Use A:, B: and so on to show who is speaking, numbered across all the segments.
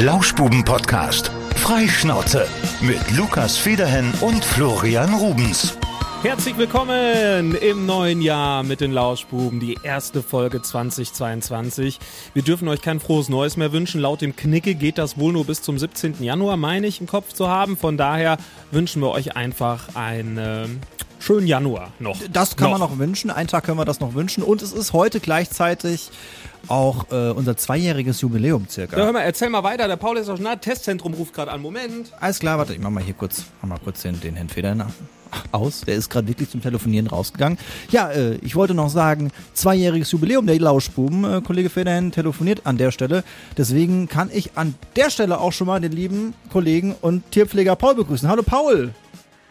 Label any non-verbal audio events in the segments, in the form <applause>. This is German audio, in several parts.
A: Lauschbuben-Podcast. Freischnauze mit Lukas Federhen und Florian Rubens.
B: Herzlich willkommen im neuen Jahr mit den Lauschbuben, die erste Folge 2022. Wir dürfen euch kein frohes Neues mehr wünschen. Laut dem Knicke geht das wohl nur bis zum 17. Januar, meine ich, im Kopf zu haben. Von daher wünschen wir euch einfach einen ähm, schönen Januar noch.
C: Das kann man noch wünschen. Einen Tag können wir das noch wünschen. Und es ist heute gleichzeitig auch äh, unser zweijähriges Jubiläum
B: Ja,
C: circa.
B: hör mal, erzähl mal weiter. Der Paul ist auch schon da. Testzentrum ruft gerade an. Moment.
C: Alles klar, warte, ich mach mal hier kurz, mach mal kurz den, den Herrn Federn aus. Der ist gerade wirklich zum Telefonieren rausgegangen. Ja, äh, ich wollte noch sagen, zweijähriges Jubiläum der Lauschbuben. Äh, Kollege Federhen telefoniert an der Stelle. Deswegen kann ich an der Stelle auch schon mal den lieben Kollegen und Tierpfleger Paul begrüßen. Hallo Paul!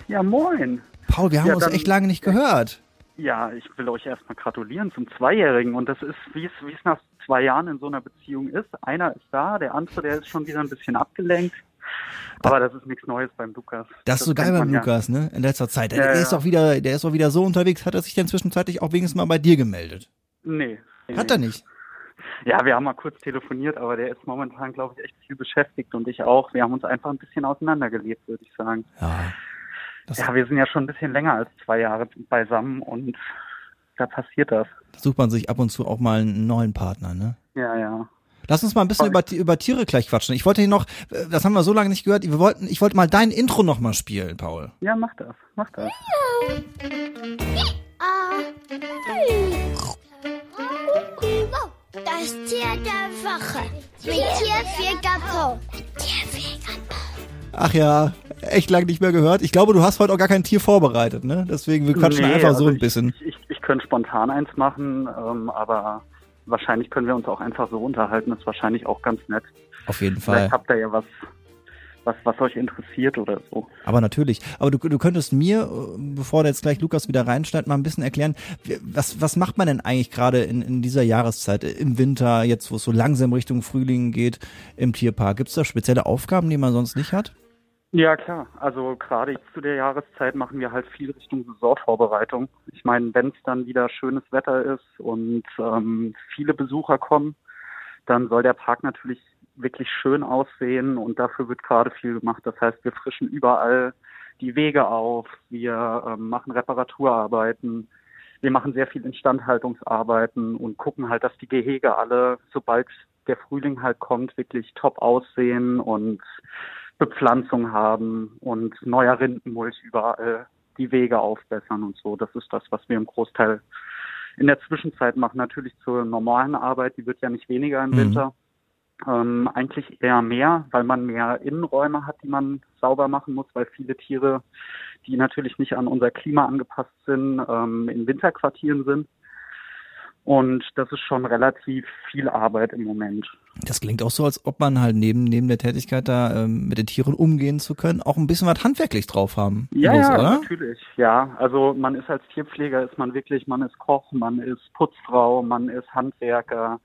D: Ja, moin.
C: Paul, wir haben
D: Ja,
C: uns
D: dann-
C: echt lange nicht gehört.
D: Ja, ich will euch erstmal gratulieren zum Zweijährigen. Und das ist, wie es, wie es nach zwei Jahren in so einer Beziehung ist. Einer ist da, der andere, der ist schon wieder ein bisschen abgelenkt. Aber das ist nichts Neues beim Lukas.
C: Das ist so geil
D: kennt
C: beim
D: man ja.
C: Lukas, ne? In letzter Zeit.
D: Ja,
C: der,
D: ja.
C: ist auch wieder, der ist auch wieder so unterwegs. Hat er sich denn zwischenzeitlich auch wenigstens mal bei dir gemeldet?
D: Nee. nee,
C: Hat er
D: nee.
C: nicht.
D: Ja, wir haben mal kurz telefoniert, aber der ist momentan, glaube ich, echt viel beschäftigt und ich auch. Wir haben uns einfach ein bisschen auseinandergelebt, würde ich sagen.
C: Ja. Das-
D: Ja, wir sind ja schon ein bisschen länger als zwei Jahre beisammen und da passiert das.
C: Sucht man sich ab und zu auch mal einen neuen Partner, ne?
D: Ja, ja.
C: Lass uns mal ein bisschen über, Ti- über Tiere gleich quatschen. Ich wollte hier noch, äh, das haben wir so lange nicht gehört, wir wollten, ich wollte mal dein Intro noch mal spielen, Paul.
D: Ja, mach das, mach das.
E: Das Tier der Woche. Mit Tierfeger Paul. Tierfeger Paul.
C: Ach ja, echt lange nicht mehr gehört. Ich glaube, du hast heute auch gar kein Tier vorbereitet, ne? Deswegen, wir quatschen
D: Nee,
C: einfach so
D: also
C: ein
D: ich-
C: bisschen.
D: Ich, ich, ich könnte spontan eins machen, ähm, aber wahrscheinlich können wir uns auch einfach so unterhalten. Ist wahrscheinlich auch ganz nett.
C: Auf jeden Fall.
D: Vielleicht habt ihr ja was, was, was euch interessiert oder so.
C: Aber natürlich. Aber du, du könntest mir, äh, bevor du jetzt gleich Lukas wieder reinschneidet, mal ein bisschen erklären, wie- was, was macht man denn eigentlich gerade in, in dieser Jahreszeit, äh, im Winter, jetzt wo es so langsam Richtung Frühling geht, im Tierpark? Gibt es da spezielle Aufgaben, die man sonst nicht hat?
D: Ja, klar. Also gerade jetzt zu der Jahreszeit machen wir halt viel Richtung Saisonvorbereitung. Ich meine, wenn es dann wieder schönes Wetter ist und ähm, viele Besucher kommen, dann soll der Park natürlich wirklich schön aussehen und dafür wird gerade viel gemacht. Das heißt, wir frischen überall die Wege auf, wir ähm, machen Reparaturarbeiten, wir machen sehr viel Instandhaltungsarbeiten und gucken halt, dass die Gehege alle, sobald der Frühling halt kommt, wirklich top aussehen und Bepflanzung haben und neuer Rindenmulch überall die Wege aufbessern und so. Das ist das, was wir im Großteil in der Zwischenzeit machen. Natürlich zur normalen Arbeit, die wird ja nicht weniger im
C: Mhm.
D: Winter. Ähm, eigentlich eher mehr, weil man mehr Innenräume hat, die man sauber machen muss, weil viele Tiere, die natürlich nicht an unser Klima angepasst sind, ähm, in Winterquartieren sind. Und das ist schon relativ viel Arbeit im Moment.
C: Das klingt auch so, als ob man halt neben, neben der Tätigkeit da ähm, mit den Tieren umgehen zu können, auch ein bisschen was handwerklich drauf haben.
D: Ja,
C: muss,
D: ja,
C: oder?
D: natürlich. Ja, also man ist als Tierpfleger, ist man wirklich, man ist Koch, man ist Putzfrau, man ist Handwerker.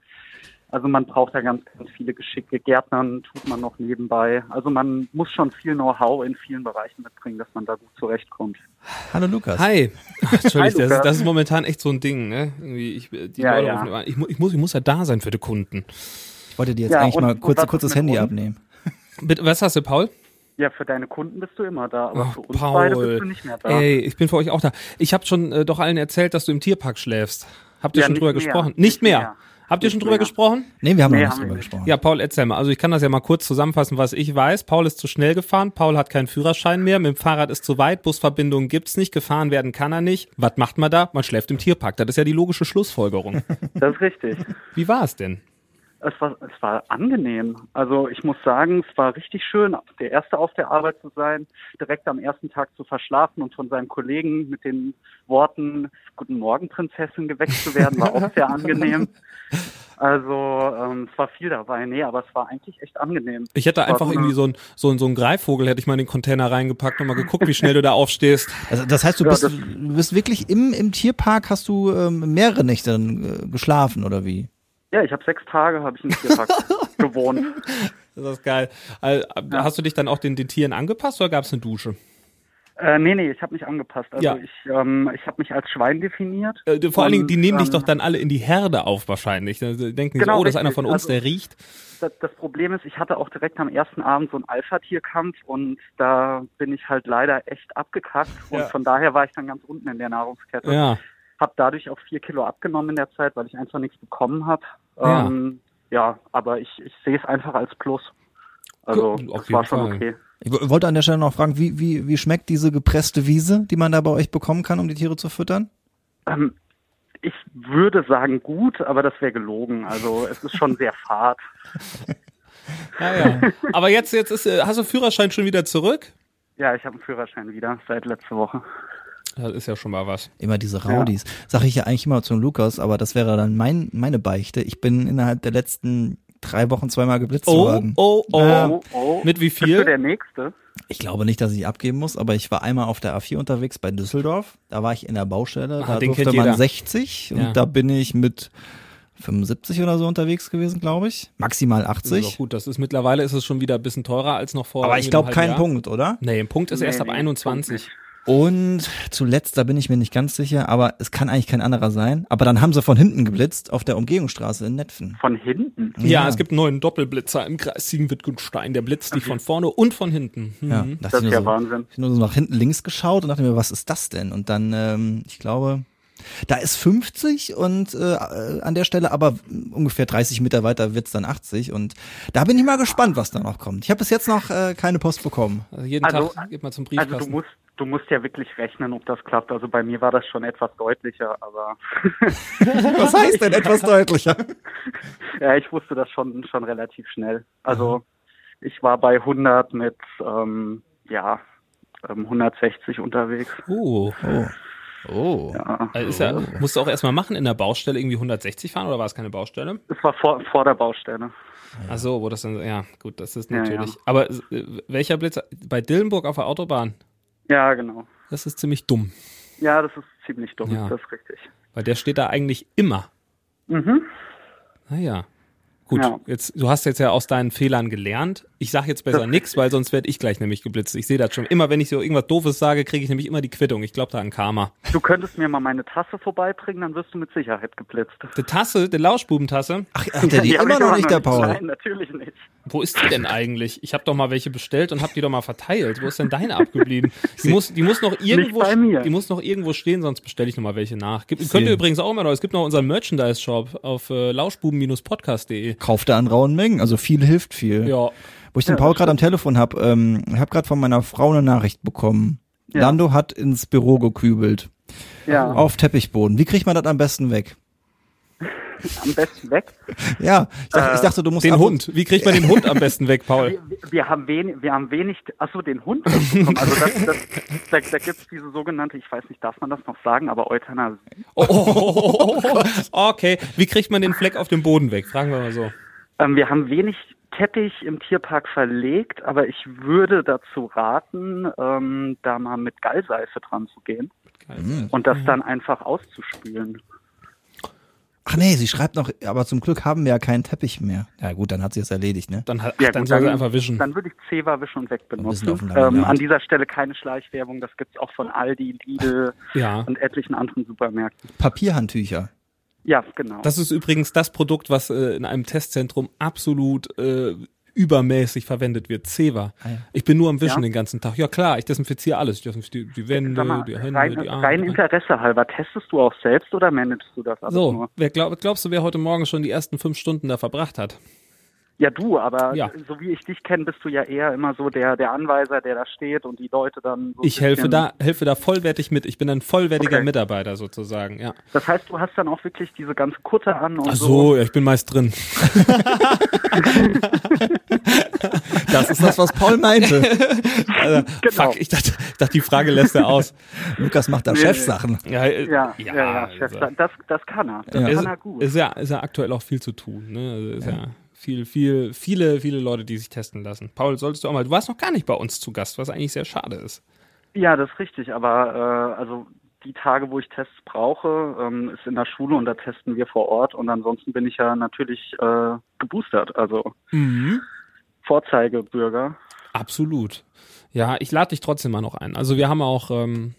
D: Also man braucht da ganz, ganz viele Geschicke. Gärtnern tut man noch nebenbei. Also man muss schon viel Know-how in vielen Bereichen mitbringen, dass man da gut zurechtkommt.
C: Hallo Lukas.
B: Hi. Ach, Entschuldigung, das, ist,
D: Luca.
B: das ist momentan echt so ein Ding, ne? Irgendwie, ich, die
D: Ja,
B: Leute
D: ja.
B: rufen immer an. ich, mu- ich, muss, ich muss ja da sein für die Kunden.
C: Ich wollte dir jetzt
D: Ja,
C: eigentlich
D: und-
C: mal
D: und
C: kurz,
D: was
C: kurzes
D: ist mit
C: Handy
D: uns?
C: abnehmen.
B: Bitte, was hast du, Paul?
D: Ja, für deine Kunden bist du immer da, aber
B: Ach,
D: für uns beide
B: Oh, Paul.
D: bist du nicht mehr da.
B: Ey, ich bin für euch auch da. Ich habe schon äh, doch allen erzählt, dass du im Tierpark schläfst. Habt ihr
D: Ja,
B: schon
D: nicht
B: drüber
D: mehr.
B: gesprochen?
D: Nicht
B: Nicht mehr.
D: mehr.
B: Habt ihr
D: Nicht
B: schon drüber
D: mehr.
B: gesprochen?
C: Nee, wir haben
D: Nee,
C: noch
D: haben
C: nicht
D: wir
C: drüber
D: nicht.
C: gesprochen.
B: Ja, Paul, erzähl mal. Also ich kann das ja mal kurz zusammenfassen, was ich weiß. Paul ist zu schnell gefahren, Paul hat keinen Führerschein mehr, mit dem Fahrrad ist zu weit, Busverbindungen gibt's nicht, gefahren werden kann er nicht. Was macht man da? Man schläft im Tierpark. Das ist ja die logische
D: <laughs>
B: Schlussfolgerung.
D: Das ist richtig.
B: Wie war es denn?
D: Es war, es war angenehm. Also ich muss sagen, es war richtig schön, der Erste auf der Arbeit zu sein, direkt am ersten Tag zu verschlafen und von seinem Kollegen mit den Worten Guten Morgen, Prinzessin geweckt zu werden, war auch
B: <laughs>
D: sehr angenehm. Also ähm, es war viel dabei, nee, aber es war eigentlich echt angenehm.
B: Ich hätte
D: Es war
B: einfach
D: so eine-
B: irgendwie so ein so ein so ein Greifvogel hätte ich mal in den Container reingepackt und mal geguckt, wie schnell du da aufstehst.
C: Also das heißt, du
D: Ja,
C: bist,
D: das-
C: du bist wirklich im, im Tierpark, hast du ähm, mehrere Nächte dann, äh, geschlafen oder wie?
D: Ja, ich habe sechs Tage, habe ich im
B: <laughs>
D: Tierpark gewohnt.
B: Das ist geil. Also, Hast du dich dann auch den, den Tieren angepasst oder gab's eine Dusche?
D: Äh, nee, nee, ich habe mich angepasst. Also
B: Ja.
D: ich, ähm, ich habe mich als Schwein definiert.
B: Äh, d- vor allen Dingen, die
D: Und,
B: nehmen dich
D: ähm,
B: doch dann alle in die Herde auf wahrscheinlich. Da da denken die so,
D: Genau,
B: oh, das ist
D: richtig.
B: einer von uns,
D: Also-
B: der riecht.
D: Das, das Problem ist, ich hatte auch direkt am ersten Abend so einen Alpha-Tierkampf und da bin ich halt leider echt abgekackt
B: Ja.
D: und von daher war ich dann ganz unten in der Nahrungskette.
B: Ja.
D: Hab dadurch auch vier Kilo abgenommen in der Zeit, weil ich einfach nichts bekommen habe.
B: Ja.
D: Ähm, ja, aber ich, ich sehe es einfach als Plus. Also
B: Gut, auf
D: das war
B: jeden
D: schon
B: Fall.
D: okay.
C: Ich w- wollte an der Stelle noch fragen, wie, wie, wie schmeckt diese gepresste Wiese, die man da bei euch bekommen kann, um die Tiere zu füttern?
D: Ähm, ich würde sagen gut, aber das wäre gelogen. Also es ist schon sehr fad.
B: Ja, ja.
D: <laughs>
B: Aber jetzt, jetzt ist, äh, hast du Führerschein schon wieder zurück?
D: Ja, ich habe einen Führerschein wieder seit letzter Woche.
B: Das ist ja schon mal was.
C: Immer diese Raudis. Sag ich ja eigentlich immer zum Lukas, aber das wäre dann mein, meine Beichte. Ich bin innerhalb der letzten drei Wochen zweimal geblitzt
B: Oh,
C: worden.
B: oh, oh.
C: Ja.
D: Oh, oh.
B: Mit wie
D: Bist du
B: viel?
D: der Nächste?
C: Ich glaube nicht, dass ich abgeben muss, aber ich war einmal auf der A4 unterwegs bei Düsseldorf. Da war ich in der Baustelle,
B: Ah,
C: da
B: den
C: durfte
B: kennt
C: man
B: jeder.
C: 60
B: Ja.
C: und da bin ich mit 75 oder so unterwegs gewesen, glaube ich. Maximal
B: Das ist doch
C: 80.
B: Also gut, das ist mittlerweile ist es schon wieder ein bisschen teurer als noch vor.
C: Aber ich
B: irgendwie
C: glaube
B: einem
C: keinen
B: halben Jahr.
C: Punkt, oder?
B: Nee, ein Punkt ist
D: Nee,
B: erst ab
D: nee,
B: 21.
C: Und zuletzt, da bin ich mir nicht ganz sicher, aber es kann eigentlich kein anderer sein. Aber dann haben sie von hinten geblitzt auf der Umgehungsstraße in Netfen.
D: Von hinten?
B: Ja,
C: Ja.
B: es gibt einen neuen Doppelblitzer im Kreis Siegen-Wittgenstein. Der blitzt dich von vorne und von hinten. Hm.
C: Ja, dachte
D: Das
C: ich
D: ist
C: nur
D: ja
C: so,
D: Wahnsinn.
C: Ich hab nur so nach hinten links geschaut und dachte mir, was ist das denn? Und dann, ähm, ich glaube, da ist 50 und äh, äh, an der Stelle aber ungefähr 30 Meter weiter wird's dann 80. Und da bin ich mal gespannt, was da noch kommt. Ich habe bis jetzt noch äh, keine Post bekommen.
B: Also jeden
D: Also,
B: Tag geht man zum
D: Also
B: Briefkasten.
D: du musst, du musst ja wirklich rechnen, ob das klappt. Also bei mir war das schon etwas deutlicher, aber
C: Was heißt denn etwas deutlicher?
D: ja, ich wusste das schon, schon relativ schnell.
C: Mhm.
D: Also ich war bei 100 mit, ähm, ja, ähm, 160 unterwegs.
B: oh.
C: Oh. Oh.
B: Also ist ja, musst du auch erstmal machen in der Baustelle irgendwie 160 fahren oder war es keine Baustelle?
D: Es war vor, vor der Baustelle.
B: Ach so, wo das dann, ja, gut, das ist
D: Ja,
B: natürlich.
D: ja.
B: Aber äh, welcher Blitzer? Bei Dillenburg auf der Autobahn.
D: Ja, genau.
B: Das ist ziemlich dumm,
D: Ja, das ist ziemlich dumm,
B: Ja.
D: das ist richtig.
B: weil der steht da eigentlich immer.
D: Mhm.
B: Naja. Gut,
D: Ja.
B: jetzt, du hast jetzt ja aus deinen Fehlern gelernt. Ich sage jetzt besser nichts, weil sonst werde ich gleich nämlich geblitzt. Ich sehe das schon. Immer wenn ich so irgendwas Doofes sage, kriege ich nämlich immer die Quittung. Ich glaube da an Karma.
D: Du könntest mir mal meine Tasse vorbeibringen, dann wirst du mit Sicherheit geblitzt.
B: Die Tasse, die Lauschbubentasse,
C: Ach, hat der
D: <laughs>
C: die
D: hab
C: immer
D: ich
C: noch nicht, der Paul?
D: Nein, natürlich nicht.
B: wo ist die denn eigentlich? Ich habe doch mal welche bestellt und habe die doch mal verteilt. Wo ist denn deine abgeblieben? Die muss, die muss noch irgendwo,
D: bei mir.
B: die muss noch irgendwo stehen, sonst bestelle ich noch mal welche nach. Gibt, könnt ihr
C: Sehen.
B: übrigens auch immer noch. Es gibt noch unseren Merchandise-Shop auf äh, lauschbuben-podcast.de.
C: Kauft er an rauen Mengen. Also viel hilft viel.
B: Ja,
C: Wo ich den Paul gerade am Telefon hab, ähm, ich habe gerade von meiner Frau eine Nachricht bekommen.
D: Ja.
C: Lando hat ins Büro gekübelt.
D: Ja,
C: Auf Teppichboden. Wie kriegt man das am besten weg?
D: am besten weg.
C: Ja, ich dachte,
D: Äh,
C: ich dachte du musst
B: den
D: Also
C: ab-
B: Hund. Wie kriegt man den Hund am besten weg,
D: <laughs>
B: Paul?
D: Wir, wir haben wenig, wir haben wenig, achso, den Hund bekommen. Also das, das, da, da gibt es diese sogenannte, ich weiß nicht, darf man das noch sagen, aber Euthanasie.
B: Oh, oh, oh, oh, oh, oh. Okay, wie kriegt man den Fleck auf dem Boden weg? Fragen wir mal so.
D: Ähm, wir haben wenig Teppich im Tierpark verlegt, aber ich würde dazu raten, ähm, da mal mit Gallseife dran zu gehen und
B: Mhm.
D: das dann einfach auszuspülen.
C: Ach nee, sie schreibt noch, aber zum Glück haben wir ja keinen Teppich mehr. Ja gut, dann hat sie es erledigt, ne?
B: Dann, hat- ach,
D: Ja,
B: dann
D: gut,
B: soll sie einfach wischen.
D: Dann würde ich Zewa wischen und
C: bisschen auf den
D: wegbenutzen.
C: langen
D: Ähm,
C: Naht.
D: an dieser Stelle keine Schleichwerbung, das gibt's auch von Aldi, Lidl
B: Ja.
D: und etlichen anderen Supermärkten.
C: Papierhandtücher.
D: Ja, genau.
B: Das ist übrigens das Produkt, was äh, in einem Testzentrum absolut äh, übermäßig verwendet wird. Zewa.
C: ja.
B: Ich bin nur am Wischen
D: Ah, Ja?
B: den ganzen Tag. Ja klar, ich desinfiziere alles. Ich desinfiziere die Wände,
D: Sag mal,
B: die Hände,
D: rein,
B: die Arme. ne?
D: rein Interesse halber, testest du auch selbst oder managst du das alles
B: so,
D: nur?
B: wer glaub, glaubst du, wer heute Morgen schon die ersten fünf Stunden da verbracht hat?
D: Ja, du, aber
B: Ja.
D: so wie ich dich kenne, bist du ja eher immer so der, der Anweiser, der da steht und die Leute dann. So ein
B: Ich helfe
D: bisschen-
B: da, helfe da vollwertig mit. Ich bin ein vollwertiger
D: Okay.
B: Mitarbeiter sozusagen, ja.
D: Das heißt, du hast dann auch wirklich diese ganze Kutte an und
B: Ach
D: so.
B: so, ja, ich bin meist drin.
C: Das ist das, was Paul
D: <laughs>
C: meinte.
D: Genau.
B: Fuck, ich dachte, ich dachte, die Frage lässt er
D: <laughs>
B: aus.
C: Lukas macht da
D: Nee,
C: Chefsachen.
B: Ja, äh,
D: Ja, ja, ja, Chef,
B: also,
D: das, das kann er. Das
C: Ja.
D: kann er
B: ist,
D: gut.
B: ist, ja, ist ja aktuell auch viel zu tun. Ne? Also ist ja. viel, viel, viele, viele Leute, die sich testen lassen. Paul, solltest du auch mal, du warst noch gar nicht bei uns zu Gast, was eigentlich sehr schade ist.
D: Ja, das ist richtig, aber äh, also die Tage, wo ich Tests brauche, ähm, ist in der Schule und da testen wir vor Ort und ansonsten bin ich
B: Mhm.
D: ja natürlich äh, geboostert, also Vorzeigebürger.
B: Absolut. Ja, ich lade dich trotzdem mal noch ein. Also wir haben auch ähm,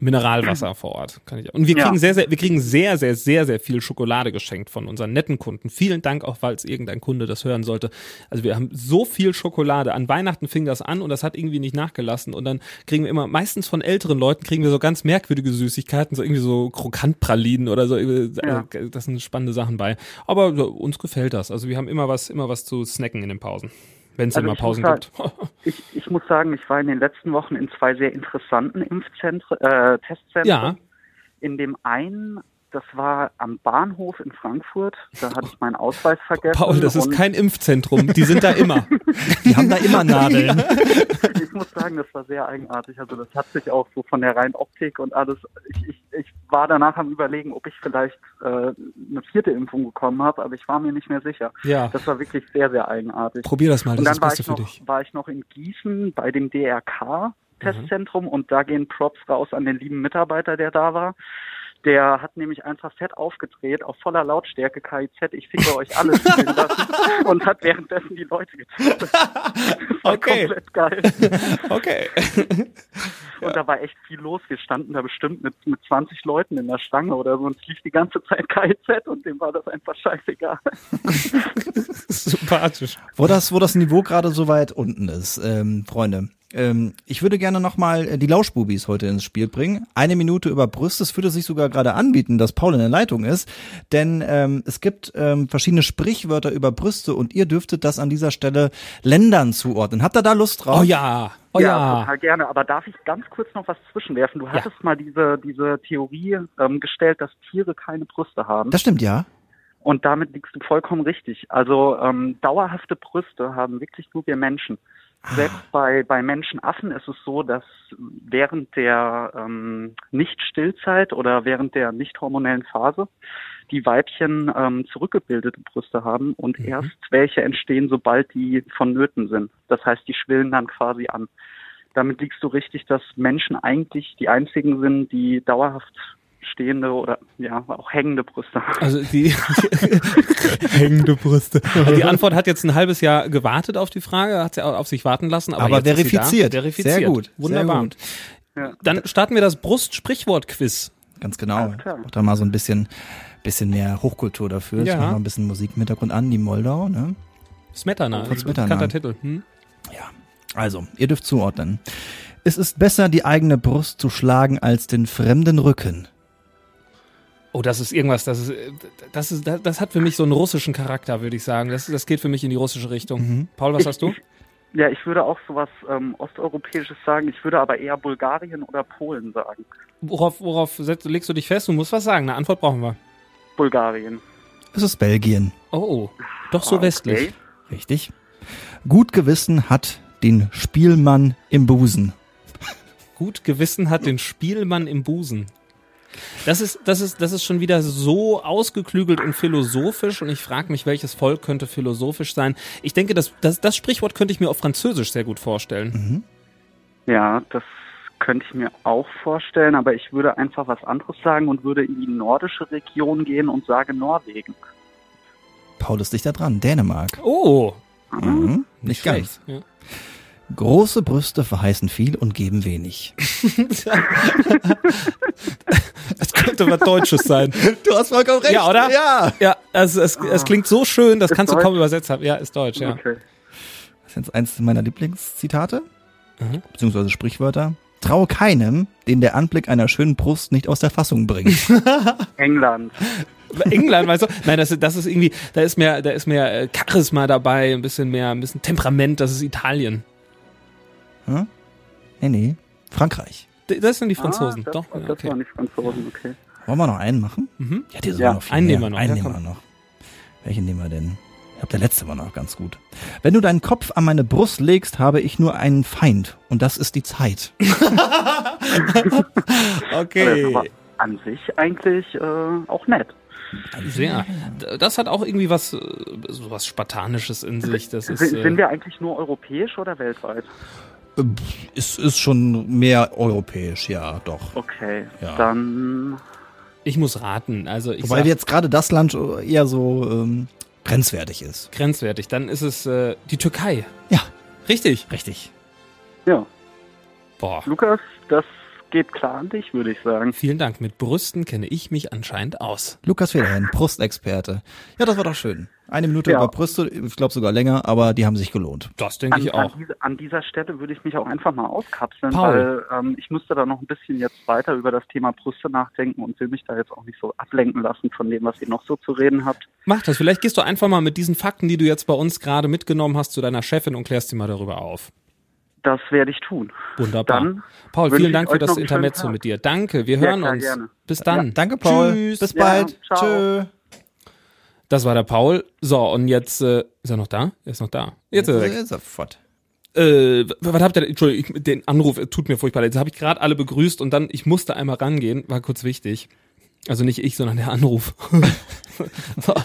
B: Mineralwasser vor Ort. Kann ich, und wir
D: Ja.
B: kriegen sehr, sehr, wir kriegen sehr, sehr, sehr, sehr viel Schokolade geschenkt von unseren netten Kunden. Vielen Dank auch, falls irgendein Kunde das hören sollte. Also wir haben so viel Schokolade. An Weihnachten fing das an und das hat irgendwie nicht nachgelassen. Und dann kriegen wir immer, meistens von älteren Leuten kriegen wir so ganz merkwürdige Süßigkeiten, so irgendwie so Krokantpralinen oder so. Also,
D: Ja.
B: Das sind spannende Sachen bei. Aber so, uns gefällt das. Also wir haben immer was, immer was zu snacken in den Pausen. Wenn es
D: Also
B: immer
D: ich
B: Pausen
D: muss
B: gibt. <laughs>
D: Ich, ich muss sagen, ich war in den letzten Wochen in zwei sehr interessanten Impfzentren, äh, Testzentren.
B: Ja.
D: In dem einen, das war am Bahnhof in Frankfurt, da hatte ich meinen Ausweis vergessen.
B: Paul, das ist
D: und
B: kein Impfzentrum. Die sind da immer.
C: Die haben da immer Nadeln.
D: <laughs> Ich muss sagen, das war sehr eigenartig. Also das hat sich auch so von der reinen Optik und alles. Ich, ich, ich war danach am überlegen, ob ich vielleicht äh, eine vierte Impfung bekommen habe, aber ich war mir nicht mehr sicher.
B: Ja.
D: Das war wirklich sehr, sehr eigenartig.
B: Probier das mal, das
D: Und
B: ist das
D: dann war
B: Beste
D: ich,
B: für
D: noch,
B: dich. <laughs>
D: war ich noch in Gießen bei dem DRK-Testzentrum
B: Mhm.
D: und da gehen Props raus an den lieben Mitarbeiter, der da war. Der hat nämlich einfach fett aufgedreht, auf voller Lautstärke KIZ, ich ficke euch alle
B: <laughs>
D: spielen lassen und hat währenddessen die Leute getötet. Das war
B: Okay. <laughs>
D: komplett geil.
B: Okay.
D: Und da war echt viel los. Wir standen da bestimmt mit, mit 20 Leuten in der Schlange oder so und es lief die ganze Zeit KIZ und dem war das einfach scheißegal.
B: Sympathisch.
C: Wo das, wo das Niveau gerade so weit unten ist, ähm, Freunde. Ähm, ich würde gerne nochmal die Lauschbubis heute ins Spiel bringen. Eine Minute über Brüste. Es würde sich sogar gerade anbieten, dass Paul in der Leitung ist. Denn ähm, es gibt ähm, verschiedene Sprichwörter über Brüste und ihr dürftet das an dieser Stelle Ländern zuordnen. Habt ihr da Lust drauf?
B: Oh ja. Oh ja.
D: total gerne. Aber darf ich ganz kurz noch was zwischenwerfen? Du hattest mal diese, diese Theorie ähm, gestellt, dass Tiere keine Brüste haben.
C: Das stimmt, ja.
D: Und damit liegst du vollkommen richtig. Also ähm, dauerhafte Brüste haben wirklich nur wir Menschen. Selbst bei, bei Menschenaffen ist es so, dass während der ähm, Nicht-Stillzeit oder während der nicht hormonellen Phase die Weibchen ähm, zurückgebildete Brüste haben und erst welche entstehen, sobald die vonnöten sind. Das heißt, die schwillen dann quasi an. Damit liegst du richtig, dass Menschen eigentlich die einzigen sind, die dauerhaft stehende oder ja auch hängende Brüste haben.
B: Also die <laughs> hängende Brüste. Die Antwort hat jetzt ein halbes Jahr gewartet auf die Frage, hat sie auf sich warten lassen, aber,
C: Aber
B: jetzt Ist sie da.
C: verifiziert.
B: Verifiziert.
C: Sehr gut, sehr
B: Wunderbar.
C: gut.
B: Dann starten wir das Brust-Sprichwort-Quiz.
C: Ganz genau.
D: klar.
C: Auch da mal so ein bisschen, bisschen mehr Hochkultur dafür.
B: Ja.
C: Ich mach mal ein bisschen Musik im Hintergrund an, die Moldau, ne?
B: Smetana.
C: Von Smetana.
B: Bekannter Titel. Hm?
C: Also, ihr dürft zuordnen. Es ist besser, die eigene Brust zu schlagen, als den fremden Rücken.
B: Oh, das ist irgendwas, das ist, äh, das ist, das, das hat für mich so einen russischen Charakter, würde ich sagen. Das, das geht für mich in die russische Richtung.
C: Mhm.
B: Paul, was hast du?
D: Ja, ich würde auch sowas ähm, Osteuropäisches sagen. Ich würde aber eher Bulgarien oder Polen sagen.
B: Worauf, worauf setzt, legst du dich fest? Du musst was sagen. Eine Antwort brauchen wir.
D: Bulgarien.
C: Es ist Belgien.
B: Oh, doch so
D: Ah, okay.
B: westlich.
C: Richtig. Gut Gewissen hat den Spielmann im Busen.
B: Gut Gewissen hat den Spielmann im Busen. Das ist, das ist, das ist schon wieder so ausgeklügelt und philosophisch und ich frage mich, welches Volk könnte philosophisch sein. Ich denke, das, das, das Sprichwort könnte ich mir auf Französisch sehr gut vorstellen.
C: Mhm.
D: Ja, das könnte ich mir auch vorstellen, aber ich würde einfach was anderes sagen und würde in die nordische Region gehen und sage Norwegen.
C: Paul ist dichter dran. Dänemark.
B: Oh,
C: Mhm. Nicht ganz.
B: schlecht. Ja. <laughs>
C: Große Brüste verheißen viel und geben wenig.
B: Das könnte was Deutsches sein.
C: Du hast vollkommen recht.
B: Ja, oder?
C: Ja.
B: Ja, also es, es klingt so schön, das kannst du
D: Deutsch?
B: kaum übersetzt haben. Ja, ist Deutsch, ja.
D: Okay.
C: Das ist jetzt eins meiner Lieblingszitate. Beziehungsweise Sprichwörter. Traue keinem, den der Anblick einer schönen Brust nicht aus der Fassung bringt.
D: England.
B: England, weißt du? Nein, das, ist- das ist irgendwie, da ist mehr, da ist mehr äh, Charisma dabei, ein bisschen mehr, ein bisschen Temperament, das ist Italien.
C: nee, nee. Frankreich.
B: D- Das sind die Franzosen,
D: Ah, das,
B: doch.
D: Das
B: ja,
D: waren
B: Okay.
D: die Franzosen, okay.
C: Wollen wir noch einen machen? Ja, die sind
D: Ja,
C: noch viel
B: Mhm. einen
C: mehr.
B: nehmen wir noch,
C: Einen
B: ja,
C: nehmen wir
B: komm.
C: noch. Welchen nehmen wir denn? Ich glaube, der letzte war noch ganz gut. Wenn du deinen Kopf an meine Brust legst, habe ich nur einen Feind. Und das ist die Zeit.
B: okay.
D: Aber an sich eigentlich äh, auch nett.
B: Sehr. D- Das hat auch irgendwie was, äh, so was Spartanisches in sich. Das ist,
D: sind, sind
B: äh,
D: wir eigentlich nur europäisch oder weltweit?
C: Es ist schon mehr europäisch, ja, doch.
D: Okay,
C: Ja.
D: dann
B: ich muss raten. Also ich
C: Wobei
B: sag,
C: jetzt gerade das Land eher so ähm, grenzwertig ist.
B: grenzwertig. Dann ist es äh, die Türkei.
C: Ja,
B: Richtig.
C: richtig.
D: Ja,
B: Boah.
D: Lukas, das geht klar an dich, würde ich sagen.
B: Vielen Dank. Mit Brüsten kenne ich mich anscheinend aus.
C: Lukas Federhen, Brustexperte. Ja, das war doch schön. Eine Minute
D: Ja.
C: über Brüste, ich glaube sogar länger, aber die haben sich gelohnt.
B: Das denke ich
D: an,
B: auch.
D: An, diese, an dieser Stelle würde ich mich auch einfach mal auskapseln,
B: Paul.
D: weil ähm, ich müsste da noch ein bisschen jetzt weiter über das Thema Brüste nachdenken und will mich da jetzt auch nicht so ablenken lassen von dem, was ihr noch so zu reden habt.
B: Mach das. Vielleicht gehst du einfach mal mit diesen Fakten, die du jetzt bei uns gerade mitgenommen hast, zu deiner Chefin und klärst sie mal darüber auf.
D: Das werde ich tun.
B: Wunderbar.
D: Dann
B: Paul,
D: wünsche
B: vielen
D: ich
B: Dank für
D: euch
B: das
D: noch einen schönen
B: Intermezzo
D: Tag.
B: mit dir. Danke, wir
D: Ja,
B: hören
D: klar,
B: uns.
D: gerne.
B: Bis dann.
C: Danke, Paul.
B: Tschüss.
C: Bis
D: Ja,
C: bald.
D: ciao.
C: Tschö.
B: Das war der Paul. So, und jetzt, äh, ist er noch da? Er ist noch da. Jetzt ist er weg.
C: Ist er fort.
B: Äh, w- was habt ihr denn? Entschuldigung, ich, den Anruf äh, tut mir furchtbar leid. Jetzt habe ich gerade alle begrüßt und dann, ich musste einmal rangehen, war kurz wichtig. Also nicht ich, sondern der Anruf.
C: <laughs>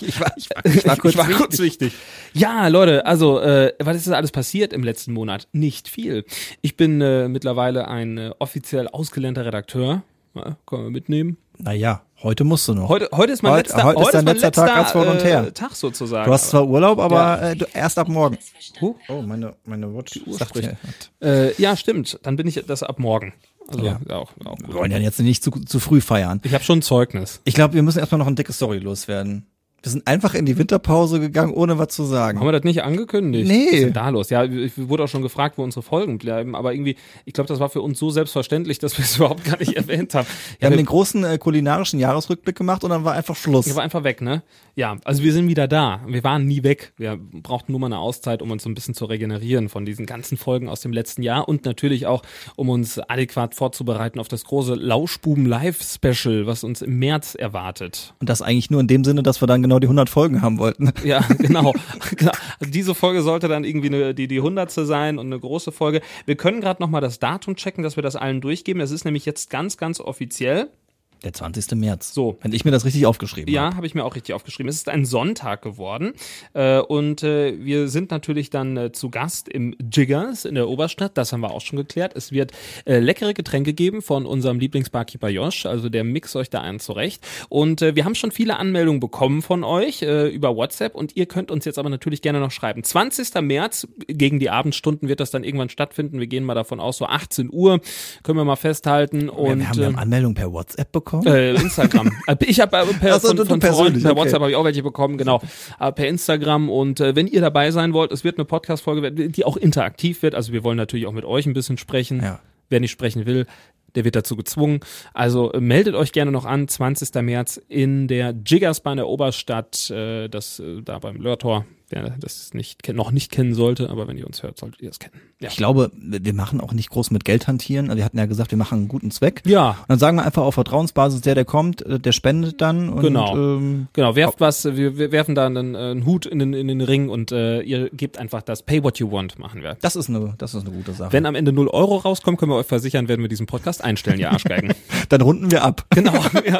C: Ich war, ich war, ich war
B: <laughs>
C: kurz.
B: ich war kurz wichtig. Ja, Leute, also äh, was ist da alles passiert im letzten Monat? Nicht viel. Ich bin äh, mittlerweile ein äh, offiziell ausgelernter Redakteur. Ja, können wir mitnehmen.
C: Naja, heute musst du noch.
B: Heute, heute ist mein
C: Heute-
B: letzter,
C: heute ist dein
B: mein
C: letzter Tag als Volontär.
B: Äh, Tag sozusagen.
C: du hast zwar Urlaub, aber
B: Ja.
C: äh, du, erst ab morgen.
B: Huh?
C: Oh, meine, meine Watch.
B: Uhr
C: sagt
B: spricht.
C: mir-
B: äh, ja, stimmt. Dann bin ich das ab morgen. Also
C: Ja.
B: auch, auch gut.
C: Wir wollen ja jetzt nicht zu, zu früh feiern.
B: Ich habe schon ein Zeugnis.
C: Ich glaube, wir müssen erstmal noch ein dickes Story loswerden. Wir sind einfach in die Winterpause gegangen, ohne was zu sagen.
B: Haben wir das nicht angekündigt?
C: Nee.
B: Was ist denn da los? Ja, ich wurde auch schon gefragt, wo unsere Folgen bleiben, aber irgendwie, ich glaube, das war für uns so selbstverständlich, dass wir es <laughs> überhaupt gar nicht erwähnt haben.
C: Wir
B: Ja,
C: haben
B: wir,
C: den großen äh, kulinarischen Jahresrückblick gemacht und dann war einfach Schluss.
B: wir waren einfach weg, ne? Ja, also wir sind wieder da. Wir waren nie weg. Wir brauchten nur mal eine Auszeit, um uns so ein bisschen zu regenerieren von diesen ganzen Folgen aus dem letzten Jahr und natürlich auch, um uns adäquat vorzubereiten auf das große Lauschbuben Live Special, was uns im März erwartet.
C: Und das eigentlich nur in dem Sinne, dass wir dann genau die 100 Folgen
B: <laughs>
C: haben wollten.
B: Ja, genau. genau. Also diese Folge sollte dann irgendwie eine, die die hundertste sein und eine große Folge. Wir können gerade noch mal das Datum checken, dass wir das allen durchgeben. Das ist nämlich jetzt ganz ganz offiziell.
C: Der 20. März.
B: So.
C: Wenn ich mir das richtig aufgeschrieben habe.
B: Ja, habe ich mir auch richtig aufgeschrieben. Es ist ein Sonntag geworden äh, und äh, wir sind natürlich dann äh, zu Gast im Jiggers in der Oberstadt. Das haben wir auch schon geklärt. Es wird äh, leckere Getränke geben von unserem Lieblingsbarkeeper Josh. Also der mixt euch da einen zurecht. Und äh, wir haben schon viele Anmeldungen bekommen von euch äh, über WhatsApp und ihr könnt uns jetzt aber natürlich gerne noch schreiben. 20. März gegen die Abendstunden wird das dann irgendwann stattfinden. Wir gehen mal davon aus, so 18 Uhr können wir mal festhalten.
C: Wir,
B: Und
C: wir haben ja
B: ähm,
C: Anmeldung per WhatsApp bekommen.
B: äh,
C: <laughs>
B: Instagram. Äh, ich habe äh, per,
C: Ach so,
B: von,
C: du- du
B: von Freunden
C: persönlich,
B: per
C: okay.
B: WhatsApp habe ich auch welche bekommen, genau. Äh, per Instagram und äh, wenn ihr dabei sein wollt, es wird eine Podcast-Folge, werden, die auch interaktiv wird. Also wir wollen natürlich auch mit euch ein bisschen sprechen.
C: Ja.
B: Wer nicht sprechen will, der wird dazu gezwungen. Also äh, meldet euch gerne noch an, 20. März in der Jiggersbar in der Oberstadt, äh, das äh, da beim Lörtor. Wer das nicht, ken- noch nicht kennen sollte, aber wenn ihr uns hört, solltet ihr es kennen. Ja.
C: Ich glaube, wir machen auch nicht groß mit Geld hantieren. Also wir hatten ja gesagt, wir machen einen guten Zweck.
B: ja,
C: Und dann sagen wir einfach auf Vertrauensbasis, der, der kommt, äh, der spendet dann. Und,
B: Genau.
C: Ähm,
B: Genau, werft was, äh, wir, wir werfen da einen, äh, einen Hut in den, in den Ring und äh, ihr gebt einfach das Pay What You Want, machen wir.
C: das, ist eine, das ist eine gute Sache.
B: Wenn am Ende 0 Euro rauskommen, können wir euch versichern, werden wir diesen Podcast einstellen, ihr Arschgeigen.
C: <laughs> dann runden wir ab. <laughs>
B: genau. Ja.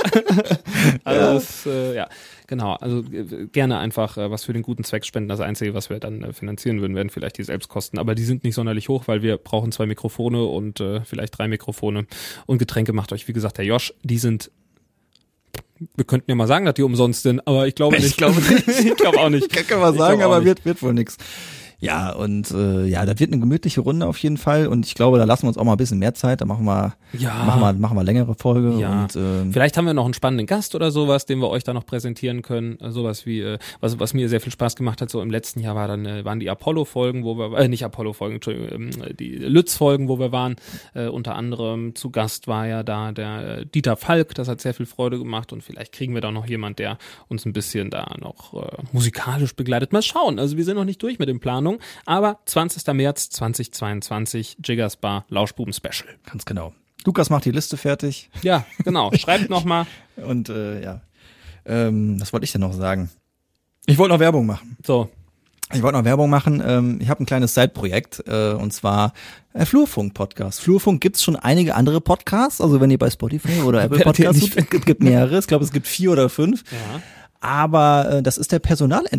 B: Also Es, äh, ja, genau. Also äh, gerne einfach äh, was für den guten Zweck spenden. Das Einzige, was wir dann äh, finanzieren würden, wären vielleicht die Selbstkosten. Aber die sind nicht sonderlich hoch, weil wir brauchen zwei Mikrofone und äh, vielleicht drei Mikrofone. Und Getränke macht euch, wie gesagt, der Josh, die sind. Wir könnten ja mal sagen, dass die umsonst sind, aber ich glaube nicht. Ich glaube nicht. <laughs> ich glaube auch nicht.
C: Kann man
B: Ich
C: sagen,
B: glaub auch
C: aber
B: nicht.
C: wird, wird wohl nix. Ja, und äh, ja, da wird eine gemütliche Runde auf jeden Fall. Und ich glaube, da lassen wir uns auch mal ein bisschen mehr Zeit. Da machen wir,
B: Ja.
C: machen wir, machen wir längere Folge.
B: Ja.
C: Und, ähm,
B: Vielleicht haben wir noch einen spannenden Gast oder sowas, den wir euch da noch präsentieren können. Äh, Sowas wie, äh, was, was mir sehr viel Spaß gemacht hat, so im letzten Jahr war dann, äh, waren die Apollo-Folgen, wo wir, äh, nicht Apollo-Folgen, Entschuldigung, ähm, äh, die Lütz-Folgen, wo wir waren. Äh, unter anderem zu Gast war ja da der äh, Dieter Falk, das hat sehr viel Freude gemacht und vielleicht kriegen wir da noch jemand, der uns ein bisschen da noch äh, musikalisch begleitet. Mal schauen, also wir sind noch nicht durch mit den Planungen, aber 20. März 2022, Jiggers Bar, Lauschbuben-Special.
C: ganz genau. Lukas macht die Liste fertig. <laughs>
B: Ja, genau, schreibt nochmal.
C: Und äh, ja, ähm, was wollte ich denn noch sagen? Ich wollte noch Werbung machen.
B: So,
C: Ich wollte noch Werbung machen. Ähm, ich habe ein kleines Side-Projekt äh, und zwar äh, Flurfunk-Podcast. Flurfunk gibt's schon einige andere Podcasts. Also wenn ihr bei Spotify oder Apple
B: <laughs> Werdet ihr
C: Podcasts
B: nicht
C: sucht, gibt, gibt mehrere. Ich glaube, es gibt vier oder fünf.
B: ja.
C: Aber äh, das ist der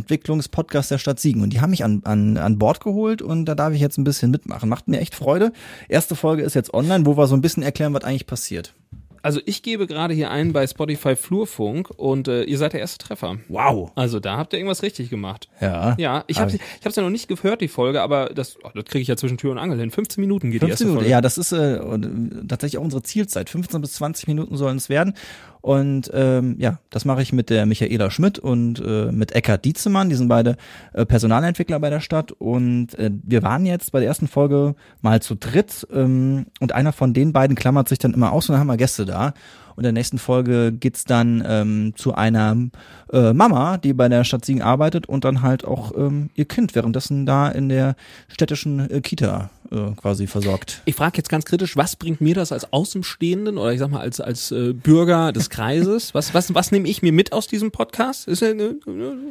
C: Personalentwicklungspodcast der Stadt Siegen und die haben mich an, an, an Bord geholt und da darf ich jetzt ein bisschen mitmachen. Macht mir echt Freude. Erste Folge ist jetzt online, wo wir so ein bisschen erklären, was eigentlich passiert.
B: Also ich gebe gerade hier ein bei Spotify Flurfunk und äh, ihr seid der erste Treffer.
C: Wow.
B: Also da habt ihr irgendwas richtig gemacht.
C: Ja. Also,
B: Ja, ich
C: Hab
B: habe ich hab's ja noch nicht gehört, die Folge, aber das, oh, das kriege ich ja zwischen Tür und Angel hin. 15 Minuten geht
C: 15
B: die erste
C: Minuten,
B: Folge.
C: ja, das ist äh, und, äh, tatsächlich auch unsere Zielzeit. 15 bis 20 Minuten sollen es werden. Und ähm, ja, das mache ich mit der Michaela Schmidt und äh, mit Eckhard Dietzemann. Die sind beide äh, Personalentwickler bei der Stadt. Und äh, wir waren jetzt bei der ersten Folge mal zu dritt. Ähm, und einer von den beiden klammert sich dann immer aus und dann haben wir Gäste da. Und in der nächsten Folge geht's dann ähm, zu einer äh, Mama, die bei der Stadt Siegen arbeitet und dann halt auch ähm, ihr Kind währenddessen da in der städtischen äh, Kita äh, quasi versorgt.
B: Ich frage jetzt ganz kritisch, was bringt mir das als Außenstehenden oder ich sag mal als, als äh, Bürger des Kreises? Was, was, was nehme ich mir mit aus diesem Podcast? Ist ja, äh, eine-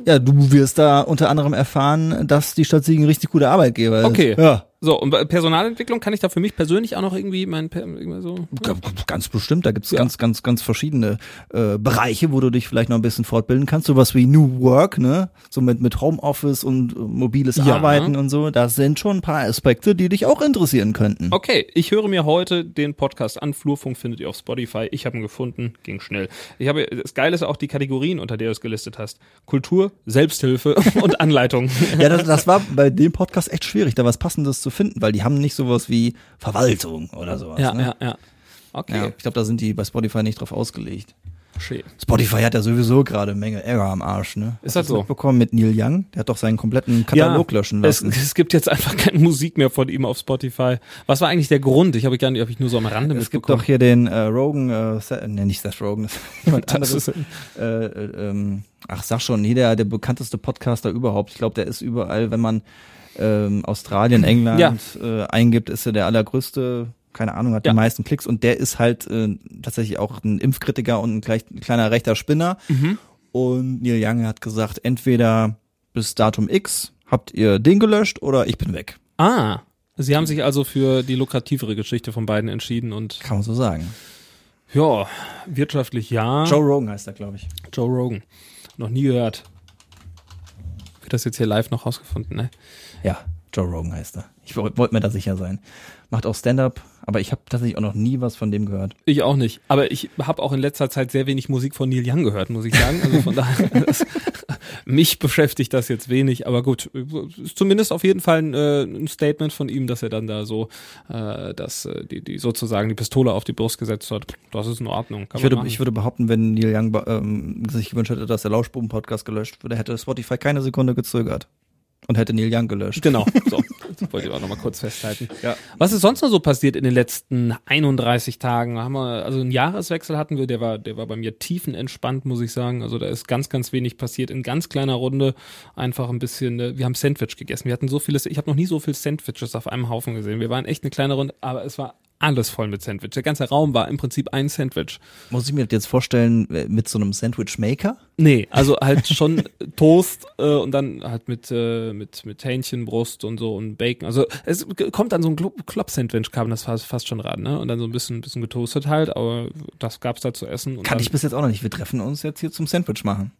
C: Ja, du wirst da unter anderem erfahren, dass die Stadt Siegen richtig gute Arbeitgeber ist.
B: Okay.
C: Ja.
B: So, und bei Personalentwicklung kann ich da für mich persönlich auch noch irgendwie mein Per- irgendwie so.
C: G- g- Ganz bestimmt, da gibt's ganz, ganz, ganz verschiedene äh, Bereiche, wo du dich vielleicht noch ein bisschen fortbilden kannst. Sowas wie New Work, ne? So mit, mit Homeoffice und äh, mobiles
B: Ja.
C: Arbeiten und so. Da sind schon ein paar Aspekte, die dich auch interessieren könnten.
B: Okay, ich höre mir heute den Podcast an. Flurfunk findet ihr auf Spotify. Ich habe ihn gefunden, ging schnell. Ich habe das Geile ist auch die Kategorien, unter der du es gelistet hast: Kultur, Selbsthilfe <laughs> und Anleitung.
C: Ja, das, das war bei dem Podcast echt schwierig, da was Passendes zu finden, weil die haben nicht sowas wie Verwaltung oder sowas. ne?
B: ja.
C: Ja,
B: Okay,
C: ich glaube, da sind die bei Spotify nicht drauf ausgelegt.
B: schön.
C: Spotify hat ja sowieso gerade eine Menge Ärger am Arsch, ne?
B: Ist
C: Hast
B: das
C: du's
B: so?
C: mitbekommen mit Neil Young, der hat doch seinen kompletten Katalog löschen
B: es,
C: lassen.
B: es gibt jetzt einfach keine Musik mehr von ihm auf Spotify. Was war eigentlich der Grund? Ich habe gar nicht, habe ich nur so am Rande
C: Es gibt
B: mitbekommen.
C: doch hier den äh, Rogan, äh, Seth, nee, nicht Seth Rogan, <laughs> das ist jemand
B: Das
C: anderes.
B: ist-
C: äh, äh, ähm, ach, sag schon, hier der, der bekannteste Podcaster überhaupt. Ich glaube, der ist überall, wenn man ähm, Australien, England
B: Ja.
C: äh, eingibt, ist er der allergrößte. Keine Ahnung, hat
B: Ja.
C: die meisten Klicks und der ist halt äh, tatsächlich auch ein Impfkritiker und ein, gleich, ein kleiner rechter Spinner.
B: Mhm.
C: Und Neil Young hat gesagt, entweder bis Datum X habt ihr den gelöscht oder ich bin weg.
B: ah, sie haben sich also für die lukrativere Geschichte von beiden entschieden und
C: Kann man so sagen.
B: ja, wirtschaftlich ja.
C: Joe Rogan heißt er, glaube ich.
B: Joe Rogan. Noch nie gehört. Wird das jetzt hier live noch rausgefunden, ne?
C: Ja, Joe Rogan heißt er. Ich woll- wollte mir da sicher sein. Macht auch Stand-up, aber ich habe tatsächlich auch noch nie was von dem gehört.
B: Ich auch nicht. Aber ich habe auch in letzter Zeit sehr wenig Musik von Neil Young gehört, muss ich sagen. Also von daher, das, <laughs> mich beschäftigt das jetzt wenig. Aber gut, ist zumindest auf jeden Fall ein, äh, ein Statement von ihm, dass er dann da so, äh, dass äh, die, die sozusagen die Pistole auf die Brust gesetzt hat. Das ist in Ordnung. Kann
C: Ich würde,
B: man machen.
C: ich würde behaupten, wenn Neil Young ähm, sich gewünscht hätte, dass der Lauschbuben-Podcast gelöscht würde, hätte Spotify keine Sekunde gezögert. Und hätte Neil Young gelöscht.
B: Genau, <laughs> so. Das wollte ich auch nochmal kurz festhalten. Was ist sonst noch so passiert in den letzten 31 Tagen? Haben wir, also einen Jahreswechsel hatten wir, der war, der war bei mir tiefenentspannt, muss ich sagen. Also da ist ganz, ganz wenig passiert. In ganz kleiner Runde einfach ein bisschen, äh, wir haben Sandwich gegessen. Wir hatten so viele, ich habe noch nie so viele Sandwiches auf einem Haufen gesehen. Wir waren echt eine kleine Runde, aber es war alles voll mit Sandwich. Der ganze Raum war im Prinzip ein Sandwich.
C: Muss ich mir das jetzt vorstellen, äh, mit so einem Sandwich-Maker?
B: Nee, also halt schon <laughs> Toast äh, und dann halt mit, äh, mit, mit Hähnchenbrust und so und Bacon. Also es g- kommt dann so ein Glo- Klopp-Sandwich, kam das fast, fast schon ran, ne? Und dann so ein bisschen, bisschen getoastet halt, aber das gab's da zu essen. Und
C: Kann
B: dann, äh,
C: ich bis jetzt auch noch nicht. Wir treffen uns jetzt hier zum Sandwich machen.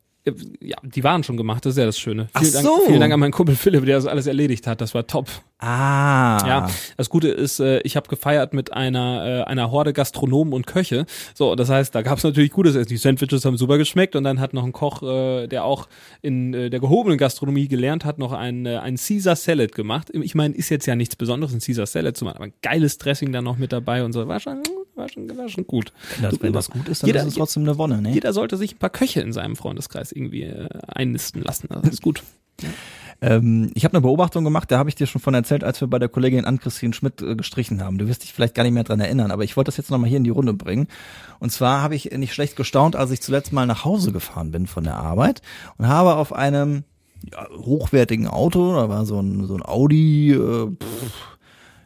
B: Ja, die waren schon gemacht, das ist ja das Schöne.
C: Ach
B: vielen, Dank,
C: so.
B: vielen Dank an meinen Kumpel Philipp, der das alles erledigt hat. Das war top.
C: Ah.
B: Ja, das Gute ist, äh, ich habe gefeiert mit einer, äh, einer Horde Gastronomen und Köche. So, das heißt, da gab's natürlich gutes Essen. Die Sandwiches haben super geschmeckt und dann hat noch ein Koch, äh, der auch in äh, der gehobenen Gastronomie gelernt hat, noch einen, äh, einen Caesar Salad gemacht. Ich meine, ist jetzt ja nichts Besonderes, ein Caesar Salad zu machen, aber ein geiles Dressing dann noch mit dabei und so. War schon, war schon, war schon gut.
C: Das, wenn das gut ist, dann
B: jeder,
C: ist es trotzdem eine Wonne, ne?
B: jeder sollte sich ein paar Köche in seinem Freundeskreis irgendwie äh, einnisten lassen.
C: <laughs>
B: Das ist gut.
C: Ähm, ich habe eine Beobachtung gemacht, da habe ich dir schon von erzählt, als wir bei der Kollegin Ann-Christine Schmidt äh, gestrichen haben. Du wirst dich vielleicht gar nicht mehr dran erinnern, aber ich wollte das jetzt nochmal hier in die Runde bringen. Und zwar habe ich nicht schlecht gestaunt, als ich zuletzt mal nach Hause gefahren bin von der Arbeit und habe auf einem ja, hochwertigen Auto, da war so ein, so ein Audi, äh, pff,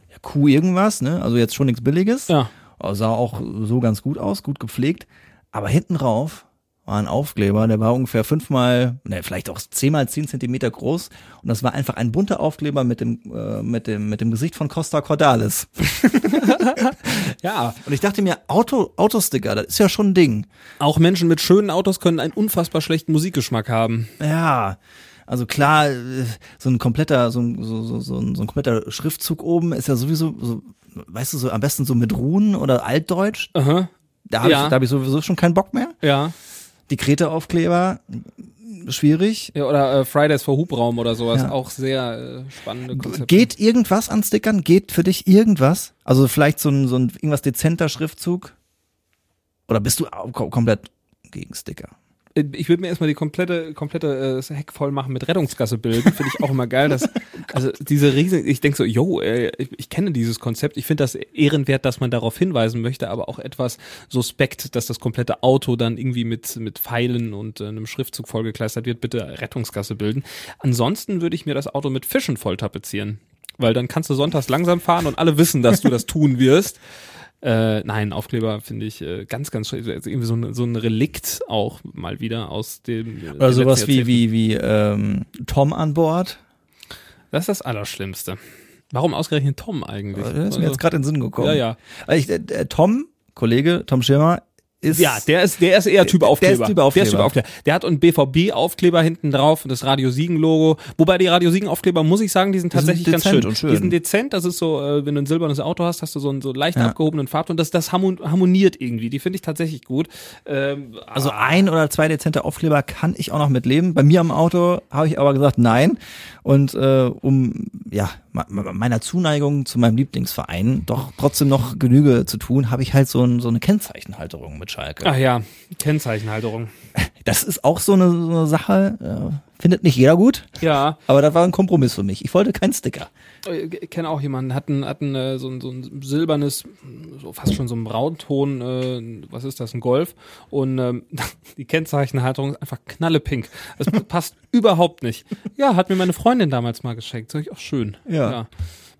C: ja, Q irgendwas, ne? also jetzt schon nichts Billiges,
B: Ja.
C: Aber sah auch so ganz gut aus, gut gepflegt, aber hinten rauf war ein Aufkleber, der war ungefähr fünfmal, ne, vielleicht auch zehnmal zehn Zentimeter groß und das war einfach ein bunter Aufkleber mit dem, äh, mit dem, mit dem Gesicht von Costa Cordalis.
B: <laughs> Ja,
C: Und ich dachte mir, Auto, Autosticker, das ist ja schon ein Ding.
B: auch Menschen mit schönen Autos können einen unfassbar schlechten Musikgeschmack haben.
C: Ja, also klar, äh, so ein kompletter, so ein, so, so, so, ein, so ein kompletter Schriftzug oben ist ja sowieso, so, weißt du, so am besten so mit Runen oder Altdeutsch.
B: Aha.
C: Da habe
B: Ja.
C: ich, da hab ich sowieso schon keinen Bock mehr.
B: Ja.
C: Die Krete-Aufkleber, schwierig.
B: ja oder äh, Fridays for Hubraum oder sowas.
C: Ja.
B: Auch sehr äh, spannende Konzepte.
C: Geht irgendwas an Stickern? Geht für dich irgendwas? Also vielleicht so ein, so ein irgendwas dezenter Schriftzug? Oder bist du au- kom- komplett gegen Sticker?
B: Äh, Ich würde mir erstmal die komplette, komplette äh, Heck voll machen mit Rettungsgasse-Bilden. Finde ich auch immer geil.
C: <laughs> Oh
B: Dass, also diese riesigen, ich denke so, yo, äh, ich, ich kenne dieses Konzept. Ich finde das ehrenwert, dass man darauf hinweisen möchte, aber auch etwas suspekt, dass das komplette Auto dann irgendwie mit, mit Pfeilen und äh, einem Schriftzug vollgekleistert wird. Bitte Rettungsgasse bilden. Ansonsten würde ich mir das Auto mit Fischen voll tapezieren. Weil dann kannst du sonntags langsam fahren und alle wissen, dass du das tun wirst. Äh, nein, Aufkleber finde ich äh, ganz, ganz schrecklich. Also irgendwie so ein, so ein Relikt auch mal wieder aus dem. äh,
C: Oder
B: den
C: sowas
B: letzten
C: wie, wie, wie ähm, Tom an Bord?
B: Jahrzehnten. Das ist das Allerschlimmste. Warum ausgerechnet Tom eigentlich?
C: Äh,
B: Also
C: Das ist mir jetzt gerade in den Sinn gekommen.
B: ja, ja.
C: Also ich, äh, äh, Tom, Kollege, Tom Schirmer, ist
B: Ja, der ist, der ist eher Typ Aufkleber.
C: Der ist Typ
B: Der,
C: Aufkleber.
B: ist typ Aufkleber. der hat einen BVB-Aufkleber hinten drauf und das Radio Siegen-Logo. Wobei die Radio Siegen-Aufkleber, muss ich sagen, die sind
C: Die sind
B: tatsächlich ganz
C: dezent
B: schön.
C: und schön.
B: Die sind dezent, das ist so, äh, wenn du ein silbernes Auto hast, hast du so einen so leicht
C: Ja.
B: abgehobenen Farbton. Das, das harmon- harmoniert irgendwie. Die finde ich tatsächlich gut. Ähm,
C: also ein oder zwei dezente Aufkleber kann ich auch noch mitleben. Bei mir am Auto habe ich aber gesagt, nein. Und äh, um ja me- me- meiner Zuneigung zu meinem Lieblingsverein doch trotzdem noch Genüge zu tun, habe ich halt so, ein, so eine Kennzeichenhalterung mit Schalke.
B: ah, Ach ja, Kennzeichenhalterung.
C: Das ist auch so eine, so eine Sache, äh, findet nicht jeder gut,
B: Ja,
C: aber das war ein Kompromiss für mich. Ich wollte keinen Sticker.
B: Äh, Ich kenne auch jemanden, hat ein, hat ein, äh, so, ein, so ein silbernes, so fast schon so ein Braunton, äh, was ist das, ein Golf. Und ähm, <laughs> die Kennzeichenhalterung ist einfach knallepink. Das <laughs> passt überhaupt nicht. Ja, hat mir meine Freundin damals mal geschenkt. Sag ich auch schön.
C: Ja.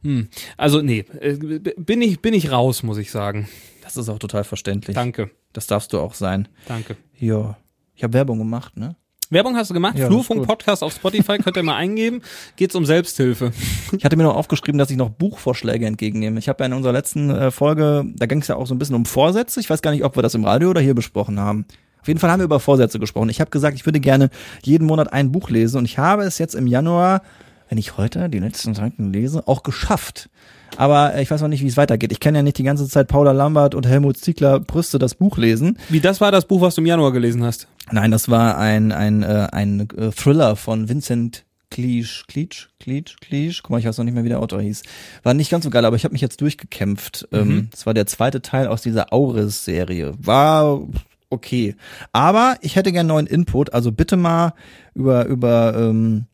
B: Hm. Also, nee, äh, b- bin ich, bin ich raus, muss ich sagen.
C: Das ist auch total verständlich.
B: Danke,
C: Das darfst du auch sein.
B: danke.
C: Ja. Ich habe Werbung gemacht, ne?
B: Werbung hast du gemacht?
C: Ja,
B: Flurfunk
C: ist gut.
B: Podcast auf Spotify könnt ihr mal eingeben. Geht's um Selbsthilfe.
C: Ich hatte mir noch aufgeschrieben, dass ich noch Buchvorschläge entgegennehme. Ich habe ja in unserer letzten äh, Folge, da ging es ja auch so ein bisschen um Vorsätze. Ich weiß gar nicht, ob wir das im Radio oder hier besprochen haben. Auf jeden Fall haben wir über Vorsätze gesprochen. Ich habe gesagt, ich würde gerne jeden Monat ein Buch lesen und ich habe es jetzt im Januar, wenn ich heute die letzten Seiten lese, auch geschafft. Aber äh, ich weiß noch nicht, wie es weitergeht. Ich kann ja nicht die ganze Zeit Paula Lambert und Helmut Ziegler Brüste das Buch lesen.
B: Wie das war das Buch, was du im Januar gelesen hast?
C: Nein, das war ein, ein, äh, ein äh, Thriller von Vincent Cleach, Cleach, Cleach, Cleach. Guck mal, ich weiß noch nicht mehr, wie der Autor hieß. War nicht ganz so geil, aber ich habe mich jetzt durchgekämpft. Ähm, das war der zweite Teil aus dieser Auris-Serie. War okay. Aber ich hätte gern neuen Input, also bitte mal über, über ähm,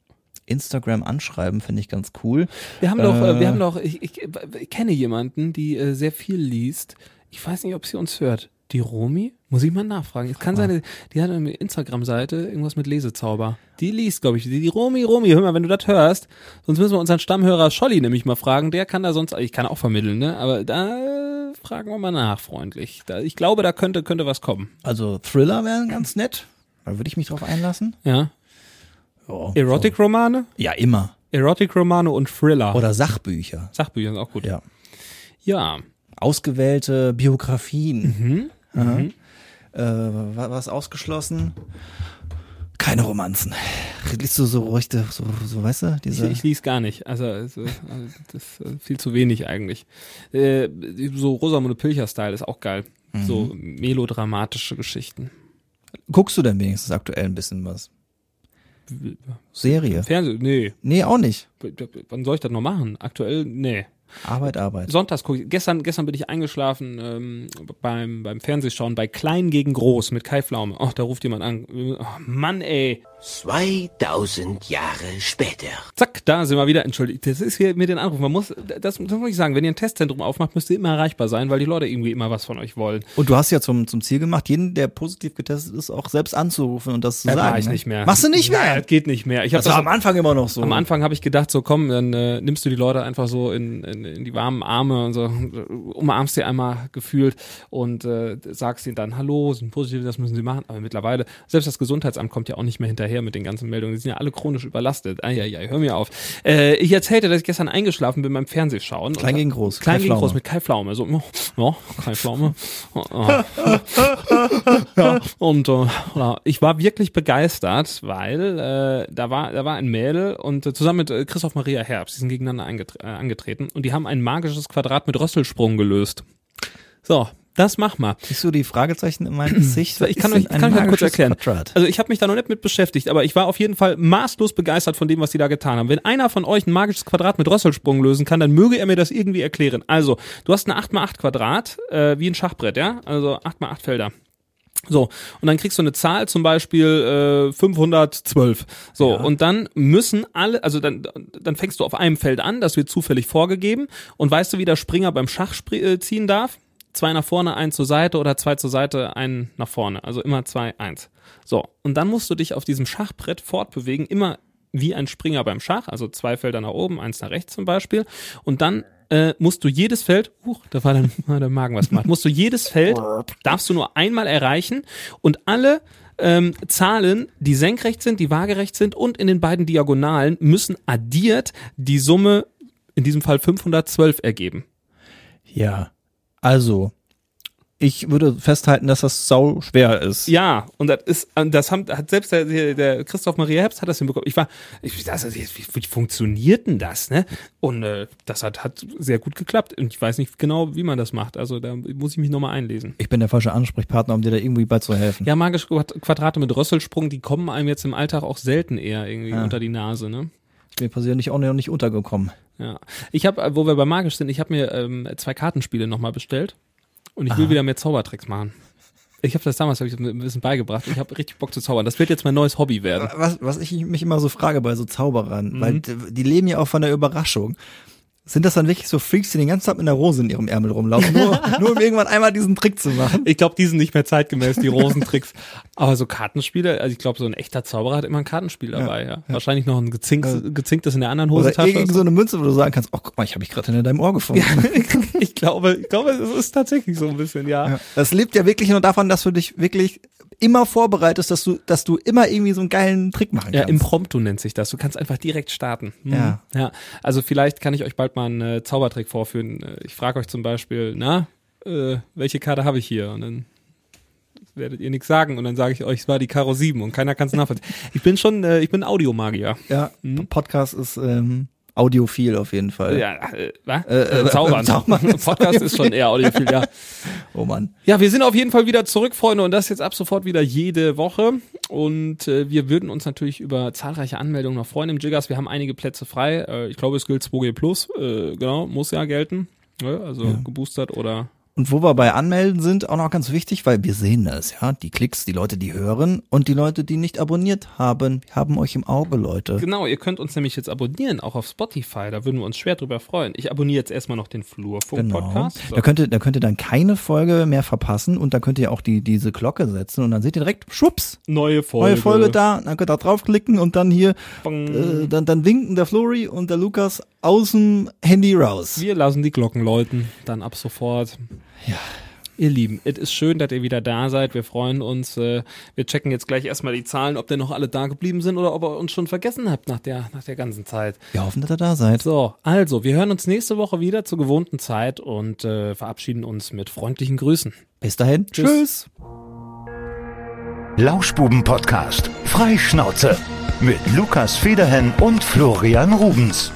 C: Instagram anschreiben, finde ich ganz cool.
B: Wir haben doch, äh,
C: Äh.
B: wir haben doch, ich, ich, ich kenne jemanden, die äh, sehr viel liest. Ich weiß nicht, ob sie uns hört. Die Romi? Muss ich mal nachfragen. Es
C: Ah.
B: kann sein, die hat eine Instagram-Seite, irgendwas mit Lesezauber. Die liest, glaube ich. Die, die Romi, Romi, hör mal, wenn du das hörst. Sonst müssen wir unseren Stammhörer Scholli nämlich mal fragen. Der kann da sonst, ich kann auch vermitteln, ne? Aber da äh, fragen wir mal nach, freundlich. Da, ich glaube, da könnte, könnte was kommen.
C: Also Thriller wären ganz nett. Da würde ich mich drauf einlassen.
B: Ja.
C: Ja.
B: Erotic-Romane?
C: Ja, immer.
B: Erotic-Romane und Thriller.
C: Oder Sachbücher.
B: Sachbücher sind auch gut.
C: Ja.
B: ja.
C: ausgewählte Biografien.
B: Mhm.
C: Aha. Äh, wa- was ausgeschlossen? Keine Romanzen. Liest du so richtig, so, so weißt du,
B: Ich,
C: diese.
B: ich lese gar nicht. Also, es ist- also das ist viel zu wenig eigentlich. Äh, so Rosamunde Pilcher-Style ist auch geil. So melodramatische Geschichten.
C: guckst du denn wenigstens aktuell ein bisschen was? Serie?
B: Fernsehen, nee.
C: Nee, auch nicht.
B: W- w- Wann soll ich das noch machen? Aktuell, nee.
C: Arbeit, Arbeit.
B: Sonntags gucke ich. Gestern, gestern bin ich eingeschlafen ähm, beim, beim Fernsehschauen bei Klein gegen Groß mit Kai Pflaume. Oh, da ruft jemand an. Oh, Mann, ey.
F: 2000 Jahre später.
B: Zack, da sind wir wieder. Entschuldigt, das ist hier mit den Anrufen. Man muss, das, das muss ich sagen, wenn ihr ein Testzentrum aufmacht, müsst ihr immer erreichbar sein, weil die Leute irgendwie immer was von euch wollen.
C: Und du hast ja zum, zum Ziel gemacht, jeden, der positiv getestet ist, auch selbst anzurufen und das zu
B: Das
C: sagen.
B: mach ich
C: ne?
B: nicht mehr.
C: Machst du nicht mehr?
B: Nein, das geht nicht mehr. Ich hab
C: das
B: das
C: war am Anfang immer noch so.
B: am Anfang habe ich gedacht, so komm, dann äh, nimmst du die Leute einfach so in, in, in die warmen Arme und so, <laughs> umarmst die einmal gefühlt und äh, sagst ihnen dann, hallo, sind positiv, das müssen sie machen. Aber mittlerweile, selbst das Gesundheitsamt kommt ja auch nicht mehr hinterher mit den ganzen Meldungen. Die sind ja alle chronisch überlastet. Ah, ja, ja, hör mir auf. Äh, ich erzählte, dass ich gestern eingeschlafen bin beim Fernsehschauen.
C: Klein
B: Und-
C: gegen groß,
B: Klein
C: Kai
B: gegen groß
C: Pflaume.
B: mit Kai Pflaume. So, ja, ja, Kai Pflaume.
C: <laughs>
B: Oh, oh. Und äh, ja, ich war wirklich begeistert, weil äh, da war da war ein Mädel und äh, zusammen mit äh, Christoph Maria Herbst, die sind gegeneinander eingetre äh, angetreten und die haben ein magisches Quadrat mit Rösselsprung gelöst. So, Das mach mal.
C: Siehst du die Fragezeichen in
B: <clears throat>
C: meinem Gesicht?
B: Ich kann
C: Ist
B: euch,
C: ein
B: kann euch mal kurz
C: magisches
B: erklären.
C: Quadrat.
B: Also ich habe mich da noch nicht mit beschäftigt, aber ich war auf jeden Fall maßlos begeistert von dem, was die da getan haben. Wenn einer von euch ein magisches Quadrat mit Rösselsprung lösen kann, dann möge er mir das irgendwie erklären. Also, du hast eine 8x8 Quadrat, äh, wie ein Schachbrett, ja? Also 8x8 Felder. So, und dann kriegst du eine Zahl, zum Beispiel äh, 512. So, und dann müssen alle, also dann, dann fängst du auf einem Feld an, das wird zufällig vorgegeben. Und weißt du, wie der Springer beim Schach spri- äh, ziehen darf? Zwei nach vorne, einen zur Seite oder zwei zur Seite, einen nach vorne. Also immer zwei, eins. So, und dann musst du dich auf diesem Schachbrett fortbewegen, immer wie ein Springer beim Schach, also zwei Felder nach oben, eins nach rechts zum Beispiel. Und dann äh, musst du jedes Feld, huch, da war dein, <laughs> hat der Magen was gemacht, musst du jedes Feld, darfst du nur einmal erreichen und alle ähm, Zahlen, die senkrecht sind, die waagerecht sind und in den beiden Diagonalen müssen addiert die Summe, in diesem Fall 512 ergeben.
C: Ja. Also, ich würde festhalten, dass das sau schwer ist.
B: Ja, und das ist, und das haben, hat selbst der, der- der Christoph Maria Herbst hat das hinbekommen. Ich war, ich das, wie, wie funktioniert denn das, ne? Und äh, das hat, hat sehr gut geklappt. Und ich weiß nicht genau, wie man das macht. Also da muss ich mich nochmal einlesen.
C: Ich bin der falsche Ansprechpartner, um dir da irgendwie bei zu helfen.
B: Ja, magische Quad- Quadrate mit Rösselsprung, die kommen einem jetzt im Alltag auch selten eher irgendwie unter die Nase, ne?
C: Ist mir persönlich auch noch nicht untergekommen.
B: Ja. Ich habe, wo wir bei magisch sind, ich habe mir ähm, zwei Kartenspiele nochmal bestellt und ich will wieder mehr Zaubertricks machen. Ich habe das damals hab ich ein bisschen beigebracht. Ich habe richtig Bock zu zaubern. Das wird jetzt mein neues Hobby werden.
C: Was, was ich mich immer so frage bei so Zauberern, weil d- die leben ja auch von der Überraschung. Sind das dann wirklich so Freaks, die den ganzen Tag mit einer Rose in ihrem Ärmel rumlaufen, <laughs> nur, nur um irgendwann einmal diesen Trick zu machen?
B: Ich glaube, die sind nicht mehr zeitgemäß, <laughs> die Rosentricks. Aber so Kartenspiele, also ich glaube, so ein echter Zauberer hat immer ein Kartenspiel dabei. Ja, Wahrscheinlich noch ein gezink, gezinktes in der anderen
C: Oder
B: Hosentasche. <laughs>
C: irgend so eine Münze, wo du sagen kannst, oh, guck mal, ich habe ich gerade in deinem Ohr gefunden.
B: ich glaube, ich glaube, es ist tatsächlich so ein bisschen, ja.
C: Das lebt <laughs> ja wirklich nur davon, dass du dich wirklich immer vorbereitest, dass du, dass du immer irgendwie so einen geilen Trick machen
B: Ja,
C: kannst.
B: Impromptu nennt sich das. Du kannst einfach direkt starten. Mhm.
C: Ja.
B: ja. Also vielleicht kann ich euch bald mal einen äh, Zaubertrick vorführen. Äh, Ich frage euch zum Beispiel, na, äh, welche Karte habe ich hier? Und dann werdet ihr nichts sagen und dann sage ich euch, es war die Karo 7 und keiner kann es nachvollziehen. Ich bin schon, äh, ich bin Audiomagier.
C: ja Podcast ist ähm, audiophil auf jeden Fall.
B: Mhm. Ja, äh, was?
C: Äh, äh,
B: Zaubern.
C: <laughs> Zaubern.
B: <laughs> Podcast ist schon eher audiophil, ja.
C: Oh Mann.
B: Ja, wir sind auf jeden Fall wieder zurück, Freunde, und das jetzt ab sofort wieder jede Woche. Und äh, wir würden uns natürlich über zahlreiche Anmeldungen noch freuen im Jiggers. Wir haben einige Plätze frei. Äh, ich glaube, es gilt 2G Plus. Äh, genau, muss ja gelten. Ja, also geboostert oder.
C: Und wo wir bei Anmelden sind, auch noch ganz wichtig, weil wir sehen das, ja. Die Klicks, die Leute, die hören und die Leute, die nicht abonniert haben, wir haben euch im Auge, Leute.
B: Genau, ihr könnt uns nämlich jetzt abonnieren, auch auf Spotify. Da würden wir uns schwer drüber freuen. Ich abonniere jetzt erstmal noch den
C: Genau.
B: Flurfunk-Podcast. So.
C: Da könnt, ihr, da könnt ihr dann keine Folge mehr verpassen und da könnt ihr auch die, diese Glocke setzen und dann seht ihr direkt, schwupps,
B: Neue Folge.
C: neue Folge da, dann könnt ihr draufklicken und dann hier,
B: Bang.
C: äh, dann, dann winken der Flori und der Lukas aus dem Handy raus.
B: Wir lassen die Glocken läuten, dann ab sofort.
C: Ja.
B: Ihr Lieben, es ist schön, dass ihr wieder da seid. Wir freuen uns. äh, Wir checken jetzt gleich erstmal die Zahlen, ob denn noch alle da geblieben sind oder ob ihr uns schon vergessen habt nach der, nach der ganzen Zeit.
C: Wir hoffen, dass ihr da seid.
B: So, also, wir hören uns nächste Woche wieder zur gewohnten Zeit und äh, verabschieden uns mit freundlichen Grüßen.
C: Bis dahin.
B: Tschüss.
C: Tschüss.
A: Lauschbuben-Podcast. Freischnauze. Mit Lukas Federhen und Florian Rubens.